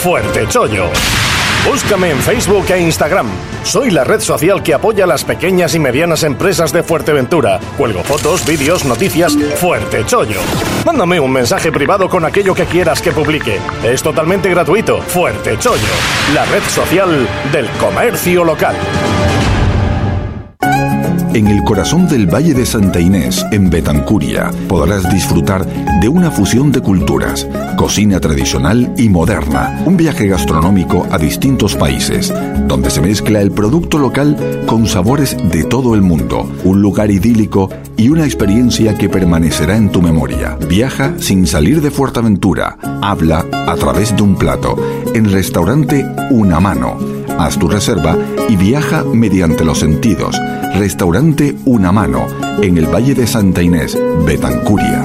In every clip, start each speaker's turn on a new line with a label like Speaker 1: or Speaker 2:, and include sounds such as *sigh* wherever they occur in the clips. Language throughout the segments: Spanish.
Speaker 1: Fuerte Chollo. Búscame en Facebook e Instagram. Soy la red social que apoya a las pequeñas y medianas empresas de Fuerteventura. Cuelgo fotos, vídeos, noticias. Fuerte Chollo. Mándame un mensaje privado con aquello que quieras que publique. Es totalmente gratuito. Fuerte Chollo. La red social del comercio local.
Speaker 2: En el corazón del Valle de Santa Inés, en Betancuria, podrás disfrutar de una fusión de culturas, cocina tradicional y moderna, un viaje gastronómico a distintos países, donde se mezcla el producto local con sabores de todo el mundo, un lugar idílico y una experiencia que permanecerá en tu memoria. Viaja sin salir de Fuerteventura, habla a través de un plato, en el restaurante Una Mano. Haz tu reserva y viaja mediante los sentidos. Restaurante Una Mano, en el Valle de Santa Inés, Betancuria.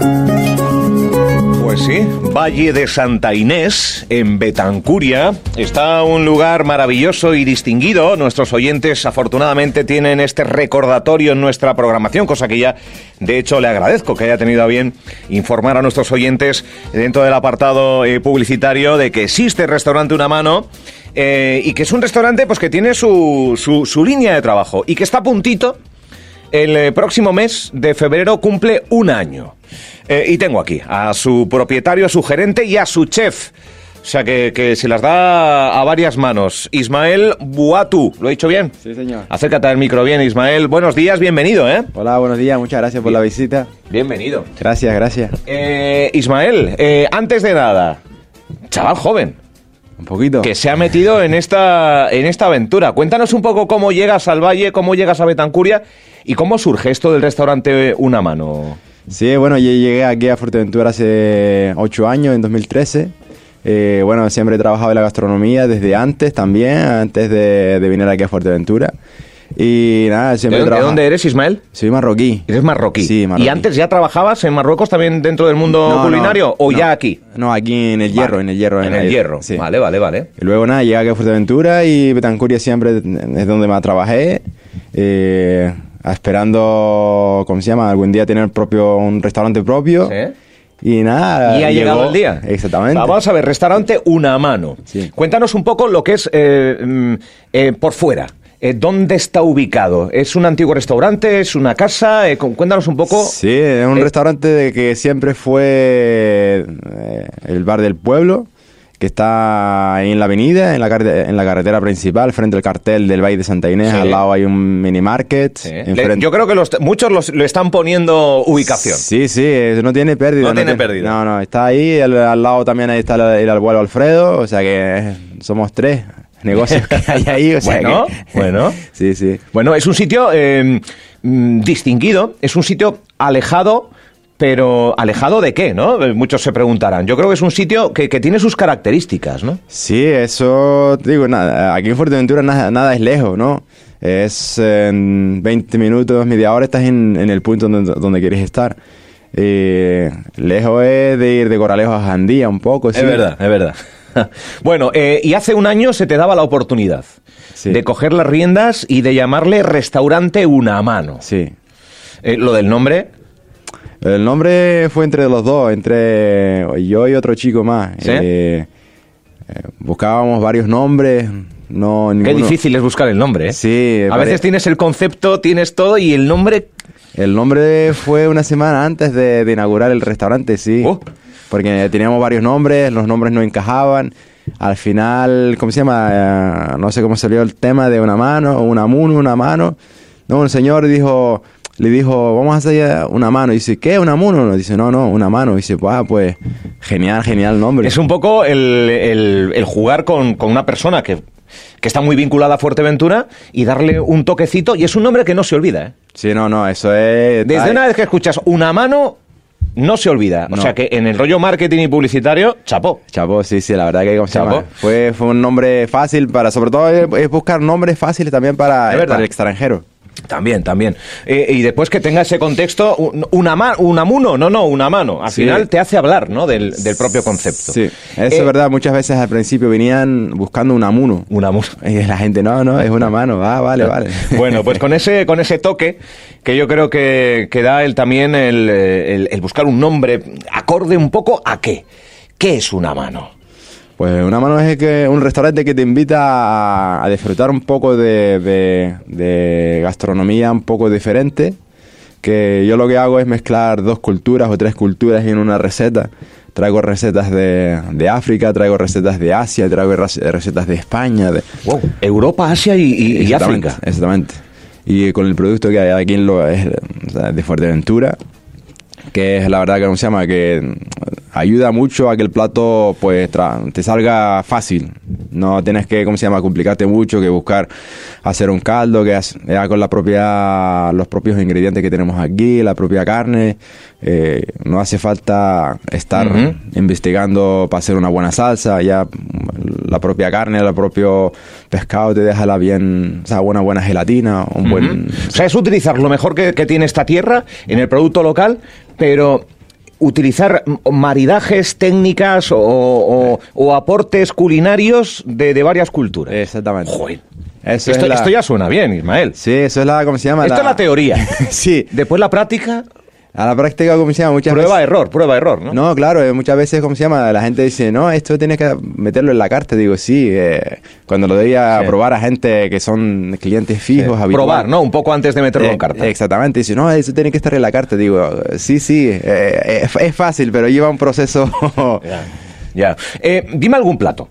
Speaker 3: Pues sí, Valle de Santa Inés, en Betancuria, está un lugar maravilloso y distinguido. Nuestros oyentes afortunadamente tienen este recordatorio en nuestra programación, cosa que ya, de hecho, le agradezco que haya tenido a bien informar a nuestros oyentes dentro del apartado eh, publicitario de que existe Restaurante Una Mano. eh, y que es un restaurante pues que tiene su, su, su línea de trabajo y que está a puntito el eh, próximo mes de febrero cumple un año. Eh, y tengo aquí a su propietario, a su gerente y a su chef. O sea que, que se las da a varias manos. Ismael Buatu, ¿lo he dicho bien?
Speaker 4: Sí, señor.
Speaker 3: Acércate al micro bien, Ismael. Buenos días, bienvenido, ¿eh?
Speaker 4: Hola, buenos días, muchas gracias por la visita.
Speaker 3: Bienvenido.
Speaker 4: Gracias, gracias.
Speaker 3: Ismael, eh, antes de nada, chaval joven,
Speaker 4: Un poquito.
Speaker 3: que se ha metido en esta, en esta aventura. Cuéntanos un poco cómo llegas al valle, cómo llegas a Betancuria y cómo surge esto del restaurante Una Mano.
Speaker 4: Sí, bueno, yo llegué aquí a Fuerteventura hace 8 años, en 2013. Eh, bueno, siempre he trabajado en la gastronomía desde antes también, antes de, de venir aquí a Fuerteventura. Y nada,
Speaker 3: ¿De
Speaker 4: siempre
Speaker 3: dónde,
Speaker 4: he
Speaker 3: de
Speaker 4: trabajado.
Speaker 3: dónde eres, Ismael?
Speaker 4: Soy marroquí.
Speaker 3: Eres marroquí.
Speaker 4: Sí, marroquí.
Speaker 3: ¿Y antes ya trabajabas en Marruecos también dentro del mundo
Speaker 4: No, no,
Speaker 3: culinario o
Speaker 4: no.
Speaker 3: ya aquí?
Speaker 4: No, aquí en el hierro,
Speaker 3: Vale.
Speaker 4: en el hierro.
Speaker 3: En el hierro.
Speaker 4: Sí.
Speaker 3: Vale, vale, vale.
Speaker 4: Y luego nada, llegué aquí a Fuerteventura y Betancuria siempre es donde más trabajé. eh, esperando, ¿cómo se llama? Algún día tener propio, un restaurante propio.
Speaker 3: Sí.
Speaker 4: Y nada.
Speaker 3: Y ha
Speaker 4: Ah, llegó-
Speaker 3: llegado el día.
Speaker 4: Exactamente.
Speaker 3: Va, Vamos a ver, restaurante Una Mano.
Speaker 4: Sí.
Speaker 3: Cuéntanos un poco lo que es eh, mm, eh, por fuera. Eh, ¿Dónde está ubicado? ¿Es un antiguo restaurante? ¿Es una casa? Eh, cu- cuéntanos un poco.
Speaker 4: Sí, es un
Speaker 3: Eh,
Speaker 4: restaurante de que siempre fue eh, el bar del pueblo, que está ahí en la avenida, en la, carre- en la carretera principal, frente al cartel del Valle de Santa Inés.
Speaker 3: Sí.
Speaker 4: Al lado hay un mini market.
Speaker 3: Sí. Le-
Speaker 4: enfrente-
Speaker 3: yo creo que los- muchos los, le están poniendo ubicación.
Speaker 4: Sí, sí, eh, no tiene pérdida.
Speaker 3: No tiene
Speaker 4: te-
Speaker 3: pérdida.
Speaker 4: No, no, está ahí, al, al lado también ahí está el, el abuelo Alfredo, o sea que eh,
Speaker 3: *laughs*
Speaker 4: somos tres negocios que hay ahí, o sea
Speaker 3: Bueno,
Speaker 4: que-
Speaker 3: bueno.
Speaker 4: *laughs* Sí, sí.
Speaker 3: Bueno, es un sitio eh, mm, distinguido, es un sitio alejado, pero ¿alejado de qué? ¿no? Eh, Muchos se preguntarán. Yo creo que es un sitio que, que tiene sus características, ¿no?
Speaker 4: Sí, eso, te digo, nada, aquí en Fuerteventura nada, nada es lejos, ¿no? Es eh, en 20 minutos, media hora, estás en, en el punto donde, donde quieres estar. Eh, lejos es de ir de Coralejo a Jandía un poco, sí.
Speaker 3: es verdad. *laughs* bueno, eh, y hace un año se te daba la oportunidad
Speaker 4: Sí.
Speaker 3: de coger las riendas y de llamarle restaurante una mano.
Speaker 4: Sí.
Speaker 3: Eh, lo del nombre,
Speaker 4: El nombre fue entre los dos, entre yo y otro chico más.
Speaker 3: ¿Sí?
Speaker 4: Eh, eh, buscábamos varios nombres, no
Speaker 3: qué
Speaker 4: ninguno-
Speaker 3: difícil es buscar el nombre. ¿eh?
Speaker 4: Sí,
Speaker 3: A veces
Speaker 4: pare-
Speaker 3: tienes el concepto, tienes todo y el nombre
Speaker 4: El nombre fue una semana antes de, de inaugurar el restaurante, sí.
Speaker 3: Oh.
Speaker 4: Porque teníamos varios nombres, los nombres no encajaban. Al final, ¿cómo se llama? Eh, no sé cómo salió el tema de una mano, una mano, una mano. No, un señor dijo, le dijo, vamos a hacer una mano. Y dice, ¿qué? ¿Una mano? No, dice, no, no, una mano. Y dice, "Buah, pues, genial, genial nombre.
Speaker 3: Es un poco el, el- el jugar con, con una persona que, que está muy vinculada a Fuerteventura y darle un toquecito. Y es un nombre que no se olvida. ¿eh?
Speaker 4: Sí, no, no, eso es...
Speaker 3: Desde
Speaker 4: ay,
Speaker 3: una vez que escuchas una mano, no se olvida. O
Speaker 4: No.
Speaker 3: sea que en el rollo marketing y publicitario, chapó.
Speaker 4: Chapo, sí, sí, la verdad que ¿cómo se
Speaker 3: Chapo.
Speaker 4: llama? Fue, fue un nombre fácil para, sobre todo es, es buscar nombres fáciles también para,
Speaker 3: Es verdad.
Speaker 4: para el extranjero.
Speaker 3: También, también. Eh, y después que tenga ese contexto, un- una, ma- una mano, no, no, una mano. Al
Speaker 4: Sí.
Speaker 3: final te hace hablar ¿no? del, del propio concepto.
Speaker 4: Sí, eso
Speaker 3: Eh,
Speaker 4: es verdad, muchas veces al principio venían buscando un amuno.
Speaker 3: Una mano.
Speaker 4: Y la gente, no, no, es una mano, ah, vale, vale.
Speaker 3: *laughs* Bueno, pues con ese, con ese toque que yo creo que, que da el, también el, eh, el- el buscar un nombre acorde un poco a qué. ¿Qué es una mano?
Speaker 4: Pues una mano es que un restaurante que te invita a, a disfrutar un poco de, de- de gastronomía un poco diferente. Que yo lo que hago es mezclar dos culturas o tres culturas en una receta. Traigo recetas de, de África, traigo recetas de Asia, traigo ras- recetas de España. de-
Speaker 3: Wow. Europa, Asia y, y- y
Speaker 4: Exactamente,
Speaker 3: África.
Speaker 4: Exactamente. Y con el producto que hay aquí en lo, es, o sea, de Fuerteventura, que es la verdad que no se llama, que ayuda mucho a que el plato pues tra- te salga fácil. No tienes que, ¿cómo se llama?, complicarte mucho, que buscar hacer un caldo, que es ya con la propia, los propios ingredientes que tenemos aquí, la propia carne. Eh, no hace falta estar
Speaker 3: Ujú.
Speaker 4: investigando para hacer una buena salsa, ya mm, la propia carne, el propio pescado te deja la bien, o sea, una buena gelatina, un buen...
Speaker 3: O sea, es utilizar lo mejor que, que tiene esta tierra en el producto local, pero utilizar m- maridajes, técnicas o, o- o aportes culinarios de, de varias culturas.
Speaker 4: Exactamente.
Speaker 3: Joder.
Speaker 4: Eh, Eso es
Speaker 3: esto,
Speaker 4: la-
Speaker 3: esto ya suena bien, Ismael.
Speaker 4: Sí, eso es la, ¿cómo se llama?
Speaker 3: Esto es la teoría.
Speaker 4: *laughs* sí,
Speaker 3: Después la práctica,
Speaker 4: a la práctica, ¿cómo se llama? Muchas veces-
Speaker 3: prueba-error, prueba-error, ¿no?
Speaker 4: No, claro, eh, muchas veces, ¿cómo se llama? La gente dice, no, esto tienes que meterlo en la carta. Digo, sí, eh, cuando lo doy a
Speaker 3: Sí.
Speaker 4: probar a gente que son clientes
Speaker 3: Eh,
Speaker 4: fijos, habituales.
Speaker 3: probar, ¿no? Un poco antes de meterlo
Speaker 4: Eh,
Speaker 3: en carta.
Speaker 4: Exactamente, dice, no, eso tiene que estar en la carta. Digo, sí, sí, eh, es, es fácil, pero lleva un proceso. *laughs*
Speaker 3: Ya, ya. Eh, dime algún plato.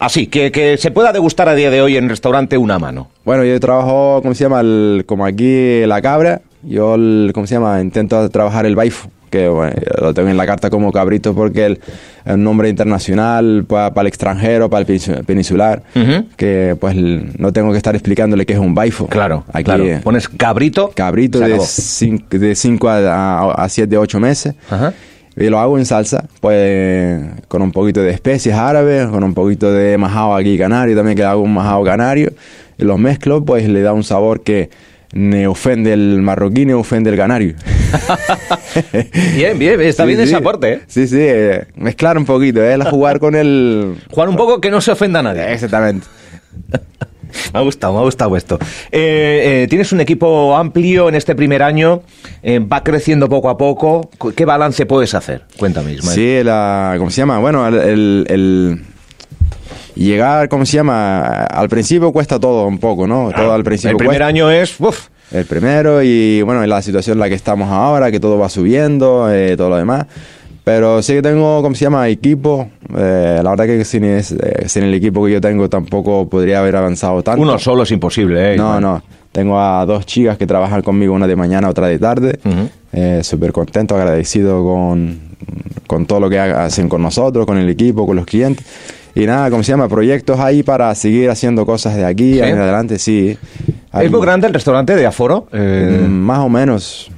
Speaker 3: Así, que, que se pueda degustar a día de hoy en restaurante una mano.
Speaker 4: Bueno, yo trabajo, ¿cómo se llama? El- como aquí la cabra, yo, el- ¿cómo se llama? Intento trabajar el baifo, que bueno, lo tengo en la carta como cabrito porque el, es un nombre internacional pues, para el extranjero, para el peninsu- peninsular,
Speaker 3: Ujú.
Speaker 4: que pues el- no tengo que estar explicándole qué es un baifo.
Speaker 3: Claro,
Speaker 4: Aquí,
Speaker 3: claro.
Speaker 4: eh,
Speaker 3: Pones cabrito.
Speaker 4: cabrito
Speaker 3: se
Speaker 4: de
Speaker 3: acabó.
Speaker 4: 5 de cinco a 7, 8 meses.
Speaker 3: Ajá.
Speaker 4: Y lo hago en salsa, pues con un poquito de especies árabes, con un poquito de majao aquí canario, también que hago un majao canario. Y los mezclo, pues le da un sabor que ne ofende el marroquí, ne ofende el canario.
Speaker 3: Bien, bien, bien, *laughs* está
Speaker 4: Sí,
Speaker 3: bien ese
Speaker 4: sí.
Speaker 3: aporte. ¿eh?
Speaker 4: Sí, sí, eh, mezclar un poquito, ¿eh? la jugar
Speaker 3: *laughs*
Speaker 4: con el...
Speaker 3: Juan, un poco que no se ofenda a nadie.
Speaker 4: Exactamente.
Speaker 3: Me ha gustado, me ha gustado esto. Eh, eh, tienes un equipo amplio en este primer año, eh, va creciendo poco a poco. Cu- ¿Qué balance puedes hacer? Cuéntame, Ismael.
Speaker 4: Sí, la. ¿Cómo se llama? Bueno, el. el- el- llegar, ¿cómo se llama? Al principio cuesta todo un poco, ¿no? todo al principio
Speaker 3: Ah, El primer
Speaker 4: cuesta.
Speaker 3: año es. uf,
Speaker 4: El primero, y bueno, en la situación en la que estamos ahora, que todo va subiendo, eh, todo lo demás. Pero sí que tengo, ¿cómo se llama? Equipo. Eh, la verdad que sin, es- eh, sin el equipo que yo tengo tampoco podría haber avanzado tanto.
Speaker 3: uno solo es imposible, ¿eh?
Speaker 4: No,
Speaker 3: Ismael?
Speaker 4: no. Tengo a dos chicas que trabajan conmigo, una de mañana, otra de tarde.
Speaker 3: Ujú.
Speaker 4: Eh, Súper contento, agradecido con, con todo lo que ha- hacen con nosotros, con el equipo, con los clientes. Y nada, ¿cómo se llama? Proyectos ahí para seguir haciendo cosas de aquí
Speaker 3: ¿Sí?
Speaker 4: en adelante, sí. Hay-
Speaker 3: ¿Es muy grande el restaurante de Aforo? Eh,
Speaker 4: Mm, Más o menos.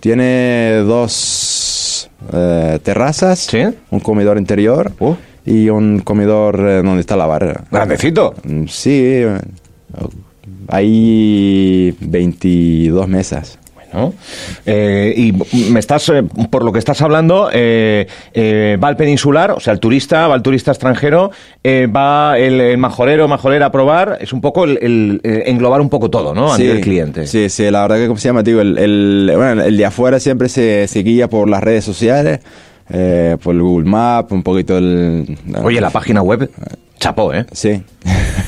Speaker 4: Tiene dos eh, terrazas,
Speaker 3: ¿Sí?
Speaker 4: un comedor interior
Speaker 3: Uh.
Speaker 4: y un comedor eh, donde está la barra.
Speaker 3: Grandecito.
Speaker 4: Mm, Sí, eh, hay 22 mesas.
Speaker 3: ¿no? Eh, y me estás, eh, por lo que estás hablando, eh, eh, va el peninsular, o sea, el turista, va el turista extranjero, eh, va el, el majorero, majorera a probar, es un poco el, el, eh, englobar un poco todo, ¿no? Oh, A nivel cliente.
Speaker 4: Sí, sí, la verdad que, como se llama? Te Digo, el, el- bueno, el de afuera siempre se, se guía por las redes sociales, eh, por el Google Maps, un poquito el...
Speaker 3: Oye, la página web, chapó, ¿eh?
Speaker 4: Sí.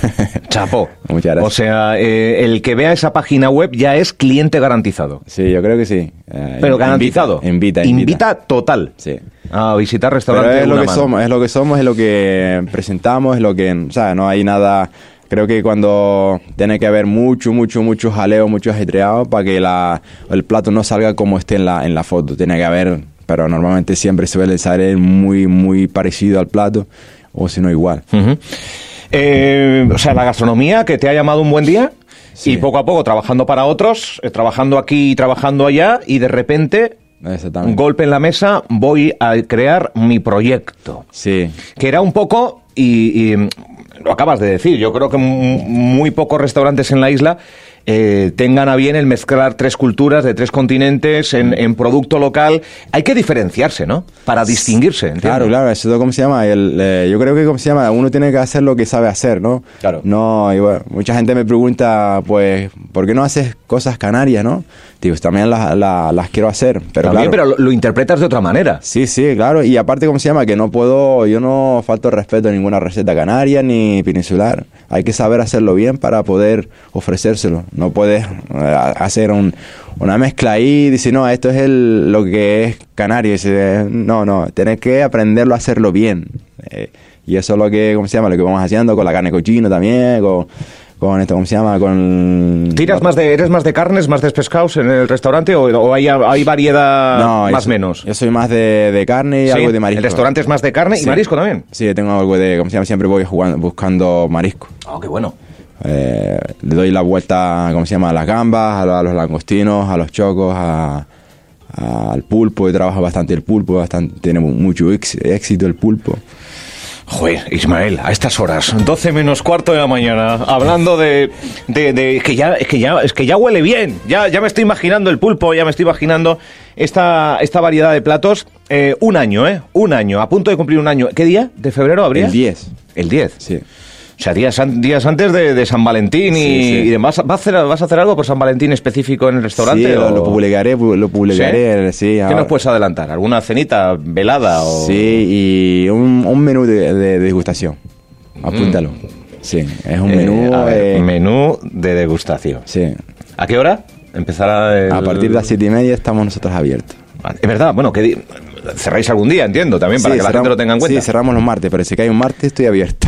Speaker 4: *laughs*
Speaker 3: Chapó.
Speaker 4: Muchas gracias.
Speaker 3: O sea, eh, el que vea esa página web ya es cliente garantizado.
Speaker 4: Sí, yo creo que sí. Eh,
Speaker 3: Pero
Speaker 4: invita,
Speaker 3: garantizado.
Speaker 4: Invita, invita.
Speaker 3: total.
Speaker 4: Sí.
Speaker 3: A visitar
Speaker 4: Pero
Speaker 3: restaurantes.
Speaker 4: es
Speaker 3: de
Speaker 4: lo
Speaker 3: una
Speaker 4: que
Speaker 3: mano.
Speaker 4: somos, es lo que somos, es lo que presentamos, es lo que, o sea, no hay nada. Creo que cuando tiene que haber mucho, mucho, mucho jaleo, mucho ajetreado para que la, el plato no salga como esté en la, en la foto. Tiene que haber, pero normalmente siempre suele salir muy, muy parecido al plato, o si no igual.
Speaker 3: Ujú. Eh, o sea, la gastronomía que te ha llamado un buen día
Speaker 4: Sí.
Speaker 3: y poco a poco trabajando para otros, eh, trabajando aquí y trabajando allá y de repente, Mm. un
Speaker 4: Exactamente.
Speaker 3: golpe en la mesa, voy a crear mi proyecto.
Speaker 4: Sí.
Speaker 3: Que era un poco, y, y, mm, lo acabas de decir, yo creo que mu- muy pocos restaurantes en la isla eh, tengan a bien el mezclar tres culturas de tres continentes
Speaker 4: Mm.
Speaker 3: en, en producto local. Hay que diferenciarse, ¿no? Para distinguirse, ¿entiendes?
Speaker 4: Claro, claro, eso es cómo se llama. El, eh, yo creo que cómo se llama, uno tiene que hacer lo que sabe hacer, ¿no?
Speaker 3: Claro.
Speaker 4: No, y bueno, mucha gente me pregunta, pues, ¿por qué no haces cosas canarias, no? digo, también las, las, las quiero hacer. Pero
Speaker 3: También,
Speaker 4: claro,
Speaker 3: pero lo, lo interpretas de otra manera.
Speaker 4: Sí, sí, claro. Y aparte, ¿cómo se llama? Que no puedo, yo no falto respeto a ninguna receta canaria ni peninsular. Hay que saber hacerlo bien para poder ofrecérselo. No puedes eh, hacer un- una mezcla ahí y decir, no, esto es el, lo que es canario. Y dices, eh, no, no, tienes que aprenderlo a hacerlo bien. Eh, y eso es lo que, ¿cómo se llama? Lo que vamos haciendo con la carne cochina también, con, con esto, ¿cómo se llama? Con...
Speaker 3: ¿Tiras más de, ¿Eres más de carnes, más de pescados en el restaurante o, o hay, hay variedad
Speaker 4: No, yo
Speaker 3: más
Speaker 4: soy-
Speaker 3: menos?
Speaker 4: Yo soy más de, de carne y
Speaker 3: Sí,
Speaker 4: algo de marisco.
Speaker 3: El restaurante es más de carne y
Speaker 4: Sí.
Speaker 3: marisco también.
Speaker 4: Sí, yo tengo algo de, como se llama, siempre voy jugando, buscando marisco.
Speaker 3: Ah, qué bueno.
Speaker 4: Eh, le doy la vuelta, como se llama, a las gambas, a, lo- a los langostinos, a los chocos, a- a- al pulpo. Yo trabajo bastante el pulpo, bastante, tiene mu- mucho ex- éxito el pulpo.
Speaker 3: Joder, Ismael, a estas horas, 12 menos cuarto de la mañana, hablando de, de- de- es que ya, es que ya, es que ya huele bien, ya, ya me estoy imaginando el pulpo, ya me estoy imaginando esta, esta variedad de platos, Eh, un año, eh, un año, a punto de cumplir un año. ¿Qué día? ¿De febrero habría?
Speaker 4: El 10.
Speaker 3: El 10.
Speaker 4: Sí.
Speaker 3: O sea, días, an- días antes de, de San Valentín y,
Speaker 4: Sí, sí.
Speaker 3: y demás. ¿Vas a, hacer, ¿Vas a hacer algo por San Valentín específico en el restaurante?
Speaker 4: Sí, lo,
Speaker 3: o-
Speaker 4: lo publicaré, pu- lo publicaré, sí.
Speaker 3: ¿Qué
Speaker 4: ahora.
Speaker 3: nos puedes adelantar? ¿Alguna cenita velada? O...
Speaker 4: Sí, y un, un menú de, de degustación. Apúntalo. Sí, es un
Speaker 3: Mm. Eh,
Speaker 4: menú.
Speaker 3: a ver,
Speaker 4: eh,
Speaker 3: menú de degustación.
Speaker 4: sí.
Speaker 3: ¿A qué hora? Empezará el-
Speaker 4: A partir de las siete y media estamos nosotros abiertos.
Speaker 3: Vale, Es verdad, bueno, que di- cerráis algún día, entiendo, también, para
Speaker 4: Sí,
Speaker 3: que la
Speaker 4: cerram-
Speaker 3: gente lo tenga en cuenta.
Speaker 4: Sí, cerramos los martes, pero si cae un martes estoy abierto.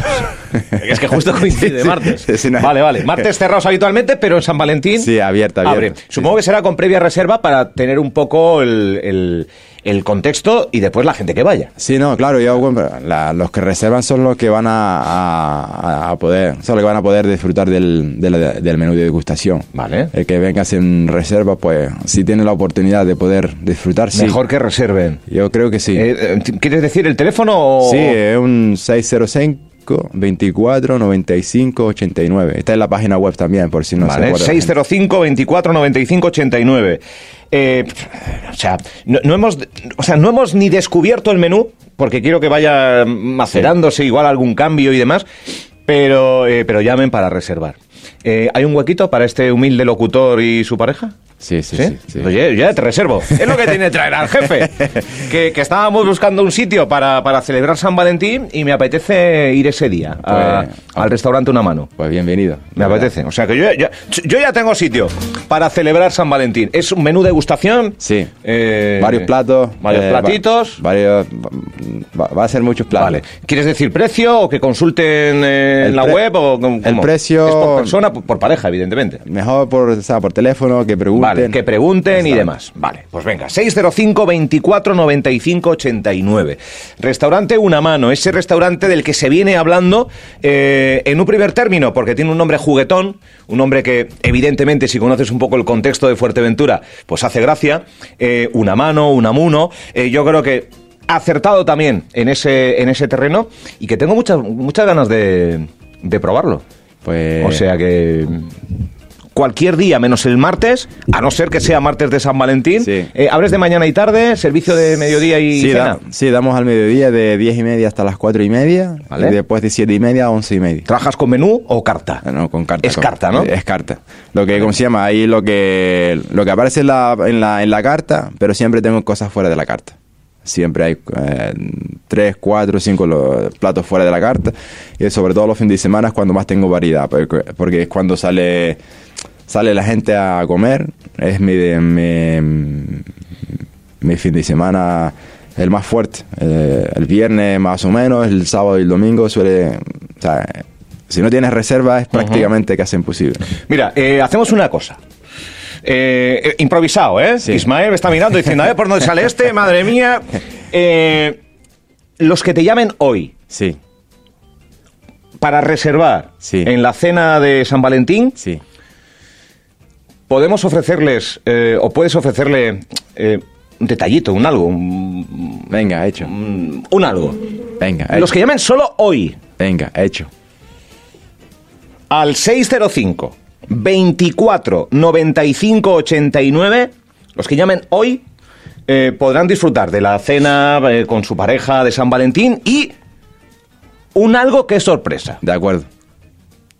Speaker 4: *laughs*
Speaker 3: es que justo coincide
Speaker 4: Sí,
Speaker 3: martes.
Speaker 4: sí, sí, no.
Speaker 3: Vale, vale. Martes cerrados habitualmente, pero en San Valentín.
Speaker 4: Sí, abierta, abierta.
Speaker 3: Abre.
Speaker 4: Sí,
Speaker 3: Supongo
Speaker 4: sí.
Speaker 3: que será con previa reserva para tener un poco el, el- el contexto y después la gente que vaya.
Speaker 4: Sí, no, claro, yo bueno, la- los que reservan son los que van a, a- a poder, son los que van a poder disfrutar del, de la- del menú de degustación.
Speaker 3: Vale.
Speaker 4: El que venga sin reserva, pues si tiene la oportunidad de poder disfrutar, sí.
Speaker 3: Mejor que reserven.
Speaker 4: Yo creo que sí.
Speaker 3: Eh, oh. eh, ¿Quieres decir el teléfono? o-
Speaker 4: sí, es un 605 24 95 89. Está en la página web también, por si no se
Speaker 3: Vale,
Speaker 4: acuerda la gente.
Speaker 3: 605 24 95 89. Eh, o sea, no, no hemos, o sea, no hemos ni descubierto el menú, porque quiero que vaya macerándose igual algún cambio y demás, pero, eh, pero llamen para reservar. Eh, ¿Hay un huequito para este humilde locutor y su pareja?
Speaker 4: Sí, sí, sí, sí.
Speaker 3: Oye, ya te reservo. Es lo que tiene
Speaker 4: *laughs*
Speaker 3: que traer al jefe. Que, que estábamos buscando un sitio para, para celebrar San Valentín y me apetece ir ese día a-
Speaker 4: Pues-
Speaker 3: al restaurante Una Mano.
Speaker 4: Pues bienvenido.
Speaker 3: Me apetece. O sea que yo ya, ya- yo ya tengo sitio para celebrar San Valentín. Es un menú degustación.
Speaker 4: Sí.
Speaker 3: Eh,
Speaker 4: varios platos.
Speaker 3: Varios
Speaker 4: eh, va-
Speaker 3: platitos.
Speaker 4: varios. Va, va a ser muchos platos.
Speaker 3: Vale. ¿Quieres decir precio o que consulten eh, en
Speaker 4: El
Speaker 3: la
Speaker 4: pre-
Speaker 3: web? O, cómo-
Speaker 4: el
Speaker 3: cómo?
Speaker 4: precio-
Speaker 3: Es por persona, por, por pareja, evidentemente.
Speaker 4: Mejor por, o sea, por teléfono, que pregunten.
Speaker 3: Vale, que pregunten y
Speaker 4: Exacto.
Speaker 3: demás. Vale, pues venga, 605 24 95 89. Restaurante Una Mano, ese restaurante del que se viene hablando eh, en un primer término, porque tiene un nombre juguetón, un nombre que evidentemente si conoces un poco el contexto de Fuerteventura, pues hace gracia. Eh, una Mano, Unamuno, eh, yo creo que acertado también en ese, en ese terreno y que tengo muchas, muchas ganas de, de probarlo.
Speaker 4: Pues.
Speaker 3: O sea que cualquier día menos el martes, a no ser que sea martes de San Valentín,
Speaker 4: Sí.
Speaker 3: eh, abres de mañana y tarde, servicio de mediodía y
Speaker 4: Sí,
Speaker 3: cena.
Speaker 4: da- sí, damos al mediodía de 10 y media hasta las 4 y media.
Speaker 3: Vale.
Speaker 4: Y después de 7 y media a 11 y media.
Speaker 3: ¿Trabajas con menú o carta?
Speaker 4: Ah, No, con carta.
Speaker 3: Es
Speaker 4: con-
Speaker 3: carta, ¿no?
Speaker 4: Es carta. Lo que, ¿cómo se llama? Ahí lo que, lo que aparece en la, en, la, en la carta, pero siempre tengo cosas fuera de la carta. Siempre hay eh, tres, cuatro, cinco lo- platos fuera de la carta. Y sobre todo los fines de semana es cuando más tengo variedad, porque, porque es cuando sale, sale la gente a comer. Es mi, de- mi, mi fin de semana el más fuerte. Eh, el viernes más o menos, el sábado y el domingo suele... o sea, si no tienes reserva es prácticamente casi imposible.
Speaker 3: Mira, eh, hacemos una cosa. Eh, eh, improvisado, ¿eh?
Speaker 4: Sí.
Speaker 3: Ismael me está mirando diciendo, a ver por dónde sale este, madre
Speaker 4: *laughs*
Speaker 3: mía. Eh, los que te llamen hoy
Speaker 4: Sí,
Speaker 3: para reservar
Speaker 4: Sí.
Speaker 3: en la cena de San Valentín,
Speaker 4: sí.
Speaker 3: podemos ofrecerles, eh, o puedes ofrecerle eh, un detallito, un algo, un,
Speaker 4: Venga, hecho.
Speaker 3: un- un algo.
Speaker 4: Venga, hecho.
Speaker 3: Mm, Los que llamen solo hoy
Speaker 4: Venga, hecho.
Speaker 3: al 605 24 95 89, los que llamen hoy eh, podrán disfrutar de la cena eh, con su pareja de San Valentín y un algo que es sorpresa,
Speaker 4: De acuerdo.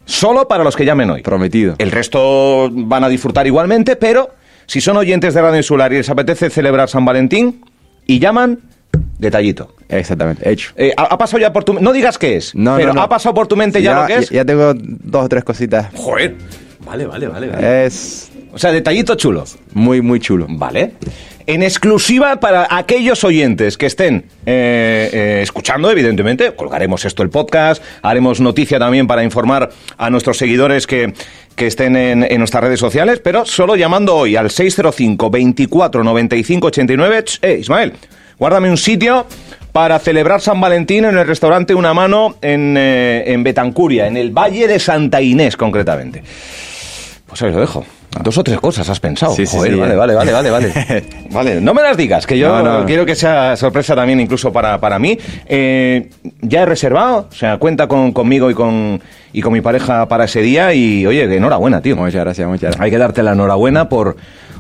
Speaker 3: solo para los que llamen hoy.
Speaker 4: Prometido.
Speaker 3: El resto van a disfrutar igualmente, pero Si son oyentes de Radio Insular y les apetece celebrar San Valentín y llaman, detallito.
Speaker 4: Exactamente, hecho.
Speaker 3: Eh, ha, ha pasado ya por tu No digas qué es,
Speaker 4: No, no,
Speaker 3: pero
Speaker 4: no.
Speaker 3: ha pasado por tu mente ya, lo que es.
Speaker 4: Ya tengo dos o tres cositas.
Speaker 3: Joder. Vale, vale, vale. vale.
Speaker 4: Es
Speaker 3: O sea, detallito chulo.
Speaker 4: muy, muy chulo.
Speaker 3: Vale. En exclusiva para aquellos oyentes que estén eh, eh, escuchando, evidentemente, colgaremos esto el podcast, haremos noticia también para informar a nuestros seguidores que, que estén en, en nuestras redes sociales, pero solo llamando hoy al 605 24 95 89. Ch, Eh, Ismael, guárdame un sitio para celebrar San Valentín en el restaurante Una Mano en, eh, en Betancuria, en el Valle de Santa Inés concretamente. Pues ahí lo dejo. Dos o tres cosas has pensado.
Speaker 4: Sí, sí,
Speaker 3: Joder,
Speaker 4: sí,
Speaker 3: vale,
Speaker 4: eh.
Speaker 3: vale, vale, vale, vale. *laughs* Vale, no me las digas, que yo
Speaker 4: No, no.
Speaker 3: quiero que sea sorpresa también incluso para, para mí. Eh, ya he reservado, o sea, cuenta con, conmigo y con, y con mi pareja para ese día y, oye, que enhorabuena, tío.
Speaker 4: Muchas gracias, muchas gracias.
Speaker 3: Hay que darte la enhorabuena por,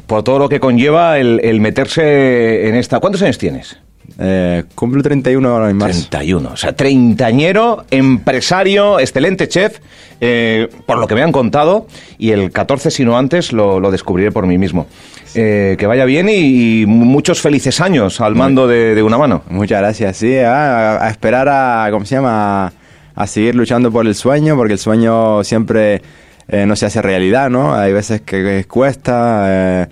Speaker 3: por todo lo que conlleva el, el meterse en esta... ¿Cuántos años tienes?
Speaker 4: Eh, cumplo 31 ahora en marzo.
Speaker 3: 31, o sea, treintañero, empresario, excelente chef, eh, por lo que me han contado, y el 14, si no antes, lo, lo descubriré por mí mismo. Eh, que vaya bien y, y muchos felices años al mando de, de una mano.
Speaker 4: Muchas gracias, sí, ah, a, a esperar a, ¿cómo se llama? A, a seguir luchando por el sueño, porque el sueño siempre eh, no se hace realidad, ¿no? Hay veces que, que cuesta, eh,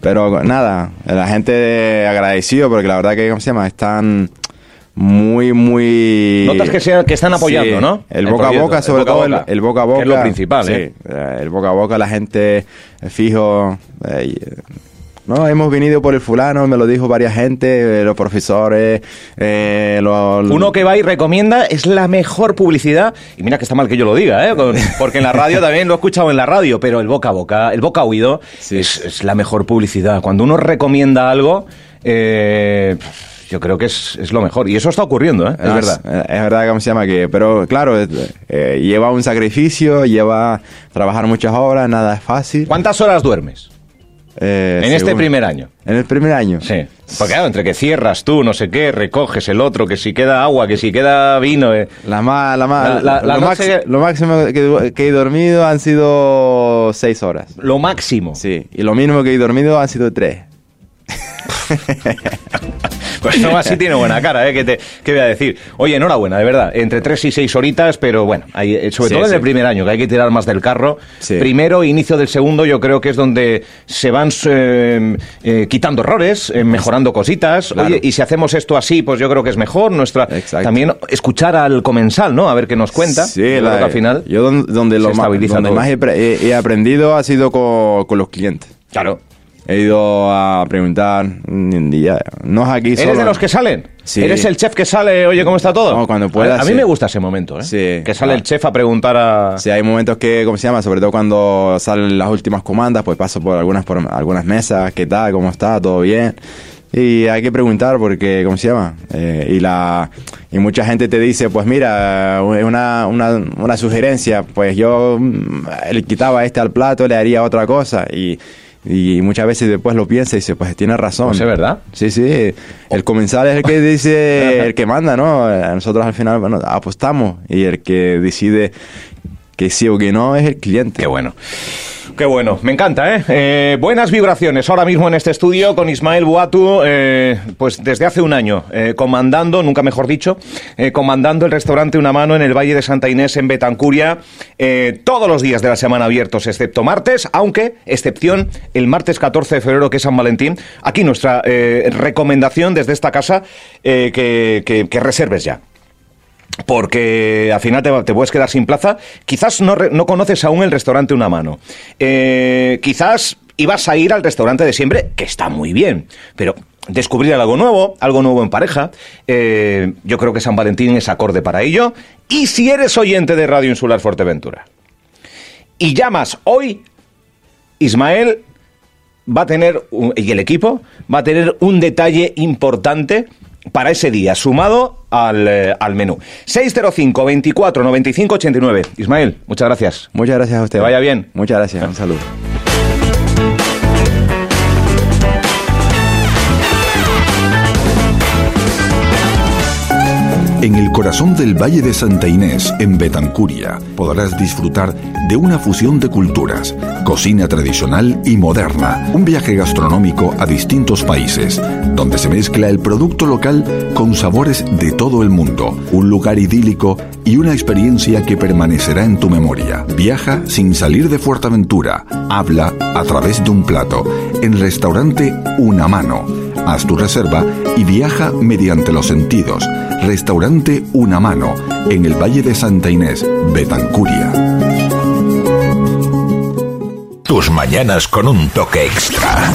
Speaker 4: pero nada, la gente agradecido, porque la verdad que, ¿cómo se llama? Están muy, muy...
Speaker 3: Notas que, sea- que están apoyando,
Speaker 4: Sí,
Speaker 3: ¿no?
Speaker 4: El boca a
Speaker 3: proyecto,
Speaker 4: boca,
Speaker 3: el
Speaker 4: sobre
Speaker 3: boca a
Speaker 4: todo, el-
Speaker 3: boca,
Speaker 4: el, boca a
Speaker 3: que
Speaker 4: boca.
Speaker 3: es lo principal,
Speaker 4: sí,
Speaker 3: ¿eh?
Speaker 4: eh, El boca a boca, la gente eh, fijo. eh, y, eh, no, hemos venido por el fulano, me lo dijo varias gente, eh, los profesores, eh, los...
Speaker 3: Uno que va y recomienda es la mejor publicidad. Y mira que está mal que yo lo diga, ¿eh? Con- porque en la radio también lo he escuchado en la radio, pero el boca a boca, el boca a oído
Speaker 4: Sí.
Speaker 3: es, es la mejor publicidad. Cuando uno recomienda algo, eh, yo creo que es, es lo mejor. Y eso está ocurriendo, ¿eh? Es
Speaker 4: Ah,
Speaker 3: verdad.
Speaker 4: eh, Es verdad, ¿cómo se llama? que Pero claro, es- eh, lleva un sacrificio, lleva trabajar muchas horas, nada es fácil.
Speaker 3: ¿Cuántas horas duermes
Speaker 4: Eh,
Speaker 3: en este
Speaker 4: según-
Speaker 3: primer año?
Speaker 4: En el primer año.
Speaker 3: Sí. Porque claro, entre que cierras tú, no sé qué, recoges el otro, que si queda agua, que si queda vino. eh.
Speaker 4: La más, la
Speaker 3: La-
Speaker 4: más,
Speaker 3: la- la
Speaker 4: lo,
Speaker 3: noche
Speaker 4: max-
Speaker 3: que-
Speaker 4: lo máximo que, du- que he dormido han sido seis horas.
Speaker 3: Lo máximo.
Speaker 4: Sí, y lo mínimo que he dormido han sido tres.
Speaker 3: Pues no, así tiene buena cara, ¿eh? ¿Qué, te, qué voy a decir? Oye, enhorabuena, de verdad. Entre tres y seis horitas, pero bueno, hay- eh, sobre
Speaker 4: Sí,
Speaker 3: todo en
Speaker 4: sí.
Speaker 3: el primer año, que hay que tirar más del carro.
Speaker 4: Sí.
Speaker 3: Primero, inicio del segundo, yo creo que es donde se van eh, eh, quitando errores, eh, mejorando cositas.
Speaker 4: Claro.
Speaker 3: Oye, y si hacemos esto así, pues yo creo que es mejor. Nuestra,
Speaker 4: Exacto.
Speaker 3: También escuchar al comensal, ¿no? A ver qué nos cuenta.
Speaker 4: Sí,
Speaker 3: Yo creo
Speaker 4: la-
Speaker 3: que al final.
Speaker 4: Yo don- donde,
Speaker 3: se
Speaker 4: lo más,
Speaker 3: estabiliza
Speaker 4: donde
Speaker 3: todo.
Speaker 4: más he, pre- he- he aprendido ha sido con, con los clientes.
Speaker 3: Claro.
Speaker 4: He ido a preguntar, mm, y ya, no es aquí
Speaker 3: ¿Eres
Speaker 4: solo.
Speaker 3: de los que salen?
Speaker 4: Sí.
Speaker 3: ¿Eres el chef que sale, oye, cómo está todo?
Speaker 4: No, cuando pueda,
Speaker 3: A, a mí
Speaker 4: sí.
Speaker 3: me gusta ese momento, ¿eh?
Speaker 4: Sí.
Speaker 3: Que sale
Speaker 4: Ah.
Speaker 3: el chef a preguntar a...
Speaker 4: Sí, hay momentos que, ¿cómo se llama? Sobre todo cuando salen las últimas comandas, pues paso por algunas por algunas mesas, ¿qué tal? ¿Cómo está? ¿Todo bien? Y hay que preguntar porque, ¿cómo se llama? Eh, y la y mucha gente te dice, pues mira, una, una, una sugerencia, pues yo mm, le quitaba este al plato, le haría otra cosa. Y, y muchas veces después lo piensa y dice, pues tiene razón.
Speaker 3: Pues es verdad.
Speaker 4: Sí, sí. El comensal es el que dice, el que manda, ¿no? Nosotros al final bueno, apostamos y el que decide que sí o que no es el cliente.
Speaker 3: Qué bueno. Qué bueno, me encanta, ¿eh? Eh, Buenas vibraciones ahora mismo en este estudio con Ismael Boatu, eh, pues desde hace un año, eh, comandando, nunca mejor dicho, eh, comandando el restaurante Una Mano en el Valle de Santa Inés, en Betancuria, eh, todos los días de la semana abiertos, excepto martes, aunque, excepción, el martes 14 de febrero, que es San Valentín. Aquí nuestra eh, recomendación desde esta casa, eh, que- que- que reserves ya porque al final te, va- te puedes quedar sin plaza. Quizás no, re- no conoces aún el restaurante Una Mano. Eh, quizás ibas a ir al restaurante de siempre, que está muy bien, pero descubrir algo nuevo, algo nuevo en pareja. eh, yo creo que San Valentín es acorde para ello. Y si eres oyente de Radio Insular Fuerteventura y llamas hoy, Ismael va a tener, un- y el equipo, va a tener un detalle importante para ese día, sumado al, eh, al menú. 605 24 95 89. Ismael, muchas gracias.
Speaker 4: Muchas gracias a usted.
Speaker 3: Que vaya bien.
Speaker 4: Muchas gracias. Un saludo.
Speaker 2: En el corazón del Valle de Santa Inés, en Betancuria, podrás disfrutar de una fusión de culturas, cocina tradicional y moderna, un viaje gastronómico a distintos países, donde se mezcla el producto local con sabores de todo el mundo, un lugar idílico y una experiencia que permanecerá en tu memoria. Viaja sin salir de Fuerteventura, habla a través de un plato, en restaurante Una Mano. Haz tu reserva y viaja mediante los sentidos. Restaurante Una Mano, en el Valle de Santa Inés, Betancuria.
Speaker 5: Tus mañanas con un toque extra.